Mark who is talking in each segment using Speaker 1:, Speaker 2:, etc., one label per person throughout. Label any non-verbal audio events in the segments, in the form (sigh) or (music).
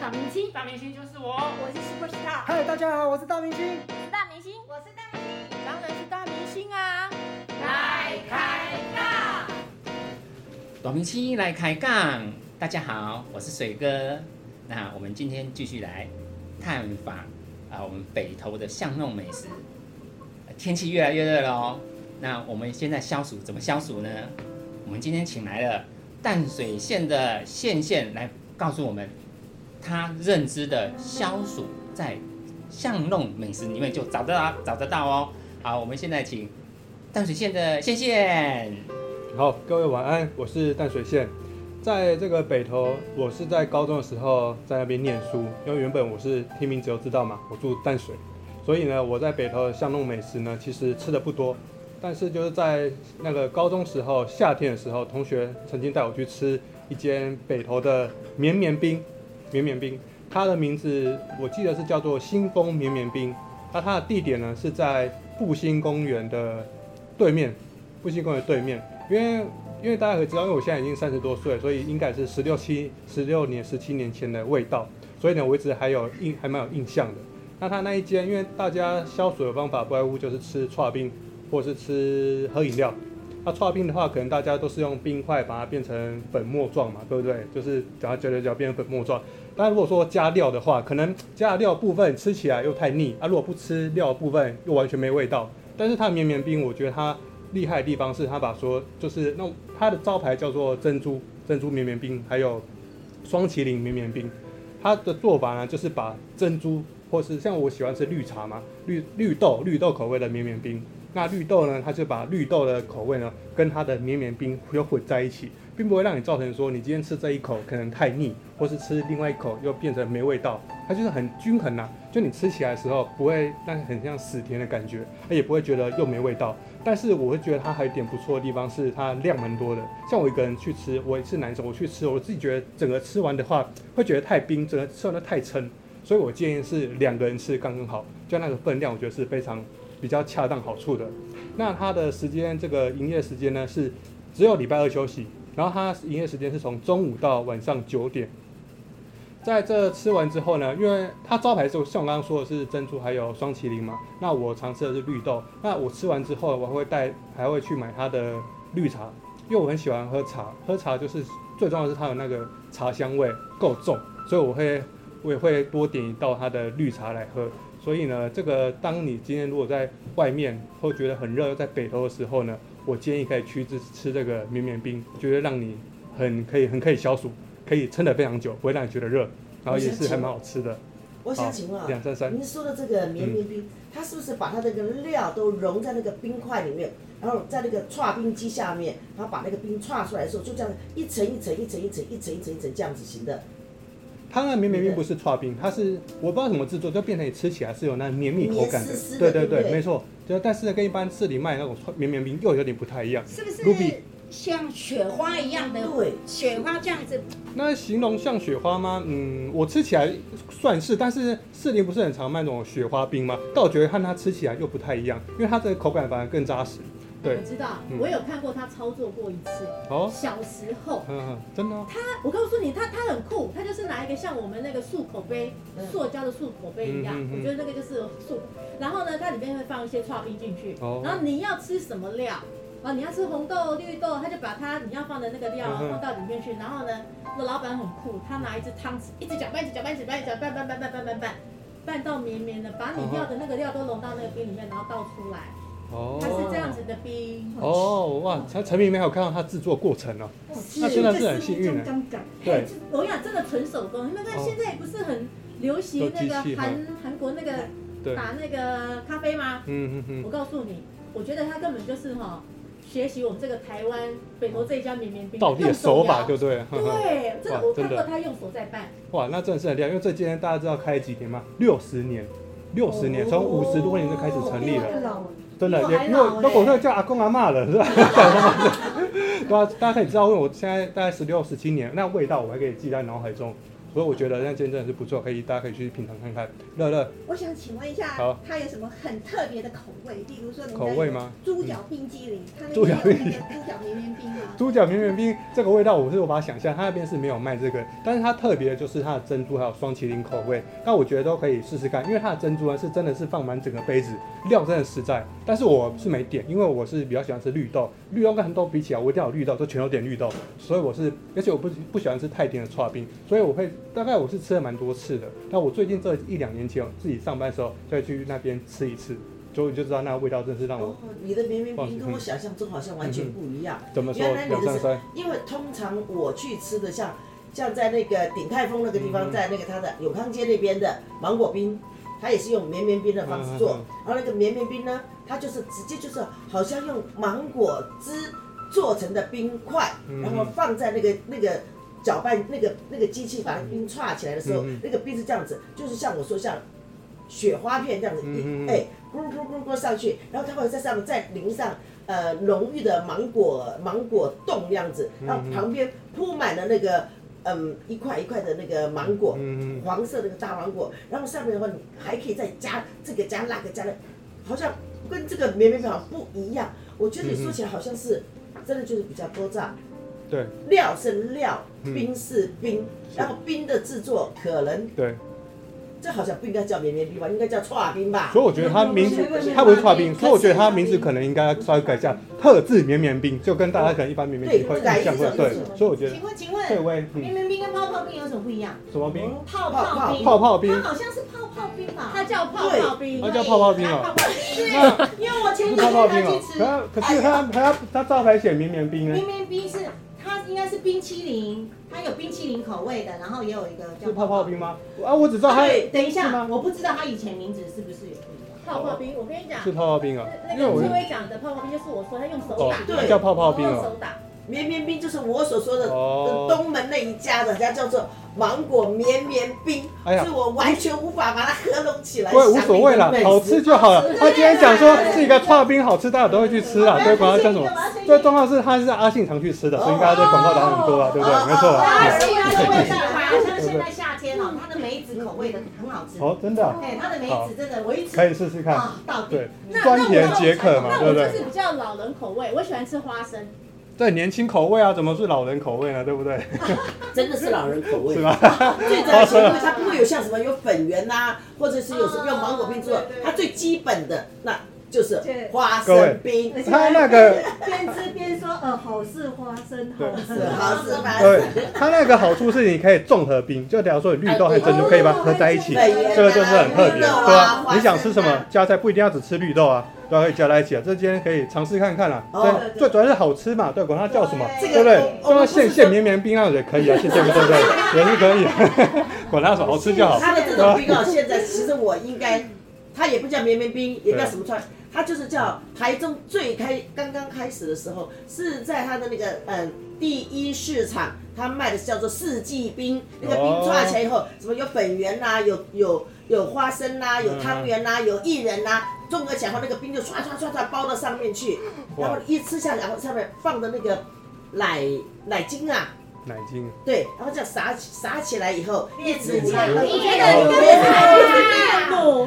Speaker 1: 大明星，
Speaker 2: 大明星就是我，
Speaker 1: 我是 super star，
Speaker 3: 嗨，大家好，我是大明星。
Speaker 1: 大明星，我是大明星，当然是大明星啊！
Speaker 2: 来开
Speaker 1: 大，
Speaker 4: 短明期来开杠，大家好，我是水哥。那我们今天继续来探访啊，我们北投的巷弄美食。呃天气越来越热了哦，那我们现在消暑怎么消暑呢？我们今天请来了淡水县的县县来告诉我们，他认知的消暑在巷弄美食里面就找得到找得到哦。好，我们现在请淡水县的县县。
Speaker 3: 好，各位晚安，我是淡水县，在这个北投，我是在高中的时候在那边念书，因为原本我是听名字就知道嘛，我住淡水，所以呢，我在北投的巷弄美食呢，其实吃的不多，但是就是在那个高中时候夏天的时候，同学曾经带我去吃一间北投的绵绵冰，绵绵冰，它的名字我记得是叫做新丰绵绵冰，那它的地点呢是在步新公园的对面，步行公园对面，因为因为大家可以知道，因为我现在已经三十多岁，所以应该是十六七、十六年、十七年前的味道，所以呢，我一直还有印还蛮有印象的。那他那一间，因为大家消暑的方法不外乎就是吃刨冰，或是吃喝饮料。那刨冰的话，可能大家都是用冰块把它变成粉末状嘛，对不对？就是把它搅搅搅变成粉末状。但如果说加料的话，可能加了料部分吃起来又太腻啊，如果不吃料部分又完全没味道。但是它的绵绵冰，我觉得它厉害的地方是它把说就是那种它的招牌叫做珍珠珍珠绵绵冰，还有双麒麟绵绵冰。它的做法呢，就是把珍珠或是像我喜欢吃绿茶嘛，绿绿豆绿豆口味的绵绵冰。那绿豆呢，它就把绿豆的口味呢跟它的绵绵冰又混在一起，并不会让你造成说你今天吃这一口可能太腻，或是吃另外一口又变成没味道。它就是很均衡呐、啊就你吃起来的时候不会让你很像死甜的感觉，也不会觉得又没味道。但是我会觉得它还有一点不错的地方是它量蛮多的。像我一个人去吃，我是男生，我去吃，我自己觉得整个吃完的话会觉得太冰，整个吃完都太撑，所以我建议是两个人吃刚刚好，就那个分量我觉得是非常比较恰当好处的。那它的时间这个营业时间呢是只有礼拜二休息，然后它营业时间是从中午到晚上九点。在这吃完之后呢，因为它招牌就像我刚刚说的是珍珠还有双麒麟嘛，那我常吃的是绿豆。那我吃完之后，我还会带还会去买它的绿茶，因为我很喜欢喝茶，喝茶就是最重要的是它有那个茶香味够重，所以我会我也会多点一道它的绿茶来喝。所以呢，这个当你今天如果在外面或觉得很热，在北头的时候呢，我建议可以去吃吃这个绵绵冰，绝对让你很可以很可以消暑，可以撑得非常久，不会让你觉得热，然后也是还蛮好吃的。
Speaker 5: 我想请问
Speaker 3: 两
Speaker 5: 啊，
Speaker 3: 三三，
Speaker 5: 您说的这个绵绵冰，它是不是把它那个料都融在那个冰块里面，然后在那个搓冰机下面，然后把那个冰搓出来的时候，就这样一层一层一层一层一层一层一层这样子型的，
Speaker 3: 它那绵绵冰不是刨冰，它是我不知道怎么制作，就变成你吃起来是有那绵密口感的。
Speaker 5: 黏丝丝
Speaker 3: 对
Speaker 5: 的
Speaker 3: 对
Speaker 5: 对不对
Speaker 3: 没错。就但是呢跟一般市里卖的那种搓绵绵冰又有点不太一样。
Speaker 1: 是不是
Speaker 3: Ruby
Speaker 1: 像雪花一样的？
Speaker 5: 对，
Speaker 1: 雪花这样子，
Speaker 3: 那形容像雪花吗？嗯，我吃起来算是，但是士林不是很常卖那种雪花冰吗？但我觉得和它吃起来又不太一样，因为它这个口感反而更扎实。对
Speaker 6: 我，知道
Speaker 3: 嗯，
Speaker 6: 我有看过他操作过一次。
Speaker 3: 哦，
Speaker 6: 小时候，
Speaker 3: 嗯嗯，真的哦、
Speaker 6: 他我告诉你，他他很酷，他就是拿一个像我们那个漱口杯，
Speaker 5: 嗯
Speaker 6: 塑胶的漱口杯一样，
Speaker 3: 嗯嗯嗯
Speaker 6: 我觉得那个就是漱。然后呢，它里面会放一些刨冰进去，
Speaker 3: 哦
Speaker 6: 然后你要吃什么料？啊，你要吃红豆、绿豆，他就把它你要放的那个料啊
Speaker 3: 嗯嗯
Speaker 6: 放到里面去。然后呢，那老板很酷，他拿一只汤匙一直搅拌、一直搅拌、一直搅拌、一直搅拌、拌拌拌拌拌拌，拌到绵绵的，把
Speaker 3: 嗯
Speaker 6: 你
Speaker 3: 哼
Speaker 6: 要的那个料都融到那个冰里面，然后倒出来，它
Speaker 3: 哦
Speaker 6: 是这样子的冰。
Speaker 3: 哦，哇，他陈明没有看到它制作过程哦。
Speaker 7: 哎
Speaker 3: 那真的是很幸运呢啊
Speaker 1: 刚刚
Speaker 3: 对，
Speaker 6: 我跟你讲，真的纯手工，你们看
Speaker 3: 哦
Speaker 6: 现在不是很流行那
Speaker 3: 都机器化
Speaker 6: 个韩韩国那个
Speaker 3: 对，
Speaker 6: 打那个咖啡吗？
Speaker 3: 嗯嗯嗯
Speaker 6: 我告诉你，我觉得他根本就是哈、学习我们这个台湾北投这一家绵绵冰
Speaker 3: 嗯，到底的
Speaker 6: 用
Speaker 3: 手法
Speaker 6: 摇
Speaker 3: 就对了。呵呵
Speaker 6: 对，真
Speaker 3: 哇
Speaker 6: 的我
Speaker 3: 真
Speaker 6: 看
Speaker 3: 的
Speaker 6: 过他用手在办，
Speaker 3: (laughs) 哇，那真的是很厉害，因为这间大家知道开了几年吗？六十年，六十年，从哦五十多年就开始成
Speaker 7: 哦
Speaker 3: 立了。真的，也因为那我都叫阿公阿妈了，是吧？对啊，大家可以知道，因为我现在大概十六、十七年，那味道我还可以记在脑海中，所以我觉得那间真的是不错，可以大家可以去品尝看看。乐乐
Speaker 7: 我想请问一下
Speaker 3: 好，
Speaker 7: 它有什么很特别的口味？例如说，你
Speaker 3: 口
Speaker 7: 的
Speaker 3: 味吗？
Speaker 7: 猪脚冰激凌，它那
Speaker 3: 猪
Speaker 7: 边
Speaker 3: 脚
Speaker 7: 有那个猪脚绵绵冰啊吗？
Speaker 3: 猪脚绵绵冰这个味道我是无法想象，它那边是没有卖这个，但是它特别的就是它的珍珠还有双麒麟口味，那我觉得都可以试试看，因为它的珍珠呢是真的是放满整个杯子，料真的实在，但是我是没点，因为我是比较喜欢吃绿豆，绿豆跟红豆比起来，我一定要有绿豆，就全都点绿豆，所以我是，而且我不不喜欢吃太甜的刨冰，所以我会大概我是吃了蛮多次的，但我最近这一两年前我自己上班的时候再去那边吃一次，所以我就知道那个味道真是让我
Speaker 5: 哦，你的绵绵冰跟我想象中好像完全不一样。
Speaker 3: 嗯怎么说
Speaker 5: 原来你
Speaker 3: 两
Speaker 5: 的
Speaker 3: 三
Speaker 5: 是
Speaker 3: 三。
Speaker 5: 因为通常我去吃的像像在那个鼎泰丰那个地
Speaker 3: 嗯
Speaker 5: 方，在那个它的永康街那边的芒果冰，它也是用绵绵冰的方式做
Speaker 3: 嗯嗯，
Speaker 5: 然后那个绵绵冰呢，它就是直接就是好像用芒果汁做成的冰块，
Speaker 3: 嗯
Speaker 5: 然后放在那个那个。搅拌那个那个机器把那个冰串起来的时候，
Speaker 3: 嗯嗯
Speaker 5: 那个冰是这样子，就是像我说像雪花片这样子
Speaker 3: 嗯嗯嗯
Speaker 5: 一哎咕噜咕噜咕噜咕噜上去，然后它会在上面再淋上呃浓郁的芒果芒果冻那样子，
Speaker 3: 嗯
Speaker 5: 然后旁边铺满了那个嗯一块一块的那个芒果，
Speaker 3: 嗯嗯
Speaker 5: 黄色那个大芒果，然后上面的话你还可以再加这个加那个加的，好像跟这个绵绵冰好像不一样。我觉得你说起来好像是真的就是比较多炸，
Speaker 3: 对
Speaker 5: 料是料，
Speaker 3: 嗯
Speaker 5: 冰是冰，
Speaker 3: 是
Speaker 5: 然后冰的制作可能
Speaker 3: 对。
Speaker 5: 这好像不应该叫绵绵冰吧，应该叫串冰吧。
Speaker 3: 所以我觉得它名字它不是刨冰，所以我觉得它名字可能应该稍微改一下，特制绵绵冰，就跟大家可能一般绵绵冰会印象会对，所以我觉得
Speaker 1: 请问，请
Speaker 3: 这
Speaker 1: 问，
Speaker 3: 位
Speaker 1: 绵
Speaker 3: 嗯
Speaker 1: 绵冰跟泡泡冰有什么不一样？
Speaker 3: 什么冰？
Speaker 1: 泡泡冰，
Speaker 3: 泡泡冰
Speaker 1: 它，好像是泡泡冰吧？
Speaker 6: 它叫泡泡冰
Speaker 3: 它，叫泡泡冰
Speaker 1: 泡
Speaker 3: 哦，
Speaker 1: 泡冰，
Speaker 3: 那
Speaker 1: 因为我前
Speaker 3: 不
Speaker 1: 几
Speaker 3: 是泡泡
Speaker 1: 天才
Speaker 3: 冰哦
Speaker 1: 去，
Speaker 3: 可它
Speaker 1: 吃，
Speaker 3: 可是它它它招牌写绵绵冰呢
Speaker 1: 绵，绵冰是它应该是冰淇淋，它有冰淇淋口味的，然后也有一个叫
Speaker 3: 是泡泡冰吗？啊，我只知道它
Speaker 1: 对，等一
Speaker 3: 是
Speaker 1: 下
Speaker 3: 吗，
Speaker 1: 我不知道它以前名字是不是也不一样。
Speaker 6: 泡泡冰。我跟你讲，
Speaker 3: 是泡泡冰啊，
Speaker 6: 那
Speaker 3: 因为
Speaker 6: 个
Speaker 3: 我
Speaker 6: 志威讲的泡泡冰就是我说他用手
Speaker 3: 哦
Speaker 6: 打，
Speaker 5: 对
Speaker 3: 叫泡泡冰
Speaker 6: 用
Speaker 3: 哦，
Speaker 6: 手打，
Speaker 5: 绵绵冰就是我所说的、
Speaker 3: 哦
Speaker 5: 东门那一家的，人家叫做芒果绵绵冰，
Speaker 3: 哎呀
Speaker 5: 所以我完全无法把它合拢起来。
Speaker 3: 不过无所谓啦
Speaker 5: 想你，的
Speaker 3: 好
Speaker 5: 美食
Speaker 3: 吃就好了。他今天讲说是一个刨冰好吃，大家都会去吃啦，对，管它叫什么。最重要是它是阿信常去吃的，所以大家对广告打很多啊，对不对？没错
Speaker 1: 它
Speaker 3: 啦。
Speaker 1: 是它的味道，好
Speaker 6: 啊
Speaker 1: 像现在夏天哦，它的梅子口味的很好吃。
Speaker 3: 哦，真的啊
Speaker 1: 对，它的梅子真的，我一吃
Speaker 3: 可以试试看，
Speaker 1: 啊，到底
Speaker 3: 对， (laughs) 酸甜解渴嘛，
Speaker 6: 那
Speaker 3: 对
Speaker 6: 我
Speaker 3: 不
Speaker 6: 就
Speaker 3: 对？
Speaker 6: 是比较老人口味，我喜欢吃花生。
Speaker 3: 对，年轻口味啊，怎么是老人口味呢？对不对？
Speaker 5: 真的是老人口味，
Speaker 3: 是吧？
Speaker 5: (laughs) 最早以前因为它不会有像什么有粉圆呐、或者是有什么用芒果冰做的
Speaker 1: 对对，对
Speaker 5: 它最基本的那就是
Speaker 7: 对
Speaker 5: 花
Speaker 3: 各位
Speaker 5: 生冰。
Speaker 3: 他那个，
Speaker 7: 边吃边说，呃，好事花生，好事
Speaker 5: 是啊好吃吧？
Speaker 3: 对，他那个好处是你可以综合冰，就假如说你绿豆和珍珠可以把它合在一起，
Speaker 5: 啊
Speaker 3: 这个就是很特别，对吧？你想吃什么加菜不一定要只吃绿豆啊，都可以加在一起啊。这今天可以尝试看看啦、啊。
Speaker 5: 哦
Speaker 3: 对，最主要是好吃嘛，对，管它叫什么，
Speaker 5: 这
Speaker 3: 对
Speaker 5: 个
Speaker 3: 不对？
Speaker 5: 我我
Speaker 3: 就像
Speaker 5: 们
Speaker 3: 现
Speaker 5: 不是
Speaker 3: 现绵绵冰那种也可以啊，现现
Speaker 5: (laughs)
Speaker 3: 对不对？也是可以、 (laughs) 啊，管它什么好吃就好。
Speaker 5: 它的这种冰哦，现在其实我应该，它也不叫绵绵冰，也不叫什么串，它就是叫台中最开刚刚开始的时候，是在它的那个嗯第一市场，它卖的是叫做四季冰，那个
Speaker 3: 哦
Speaker 5: 冰串起来以后，什么有粉圆啦、有有有花生啦、有
Speaker 3: 嗯
Speaker 5: 汤圆啦、有薏仁啦。综合起来后，那个冰就唰唰唰唰包到上面去，
Speaker 3: 哇
Speaker 5: 然后一吃下来，然后上面放的那个奶奶精啊，
Speaker 3: 奶精，
Speaker 5: 对，然后这样撒起撒起来以后，一直
Speaker 3: 我
Speaker 5: 吃，
Speaker 3: 觉得
Speaker 5: 我觉
Speaker 3: 哦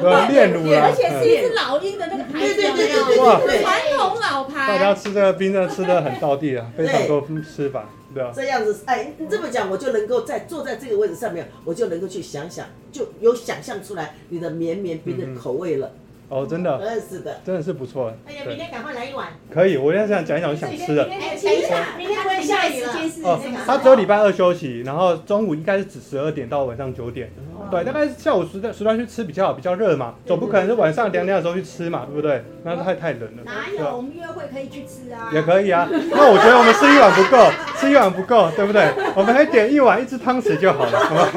Speaker 5: 得
Speaker 3: 对
Speaker 6: 面母，
Speaker 3: 对，炼乳啦
Speaker 6: 而。且是一只老鹰的那个牌
Speaker 5: 啊对
Speaker 6: 子，
Speaker 5: 对
Speaker 6: 有
Speaker 5: 对
Speaker 6: 没
Speaker 5: 对
Speaker 6: 有？
Speaker 5: 对
Speaker 3: 哇
Speaker 5: 对对，
Speaker 6: 传统老
Speaker 3: 大家
Speaker 6: 牌，
Speaker 3: 吃这个冰真的吃的很到地啊，非常多吃法，对啊。
Speaker 5: 这样子，哎，你这么讲，我就能够在坐在这个位置上面，我就能够去想想，就有想象出来你的绵绵冰
Speaker 3: 嗯嗯
Speaker 5: 的口味了。
Speaker 3: 哦，真的，
Speaker 5: 嗯，是的，
Speaker 3: 真的是不错，
Speaker 1: 哎呀，明天赶快来一碗。
Speaker 3: 可以。我现在想讲一讲，我想吃的。
Speaker 1: 哎，等一下，明天不会下雨了。
Speaker 3: 哦，他只有礼拜二休息，然后中午应该是指十二点到晚上九点，对，大概下午时段时段去吃比较好，比较热嘛，总不可能是晚上凉凉的时候去吃嘛，对不对？那太太冷了，
Speaker 7: 哪
Speaker 3: 对
Speaker 7: 有
Speaker 3: 啊
Speaker 7: 我们约会可以去吃啊？
Speaker 3: 也可以啊。那我觉得我们吃一碗不够，吃一碗不够，对不对？我们可以点一碗一只汤匙就好了，好 (laughs) 吧？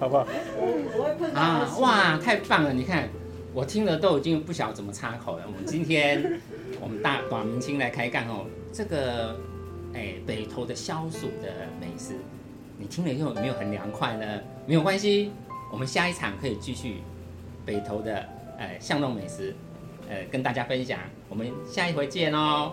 Speaker 3: 好不好？
Speaker 7: 我会碰到好
Speaker 4: 啊
Speaker 7: 事，
Speaker 4: 哇，太棒了！你看，我听了都已经不晓得怎么插口了。我们今天我们大短明星来开干哦，这个哎北投的消暑的美食，你听了以后有没有很凉快呢？没有关系，我们下一场可以继续北投的呃巷弄美食，呃跟大家分享。我们下一回见哦，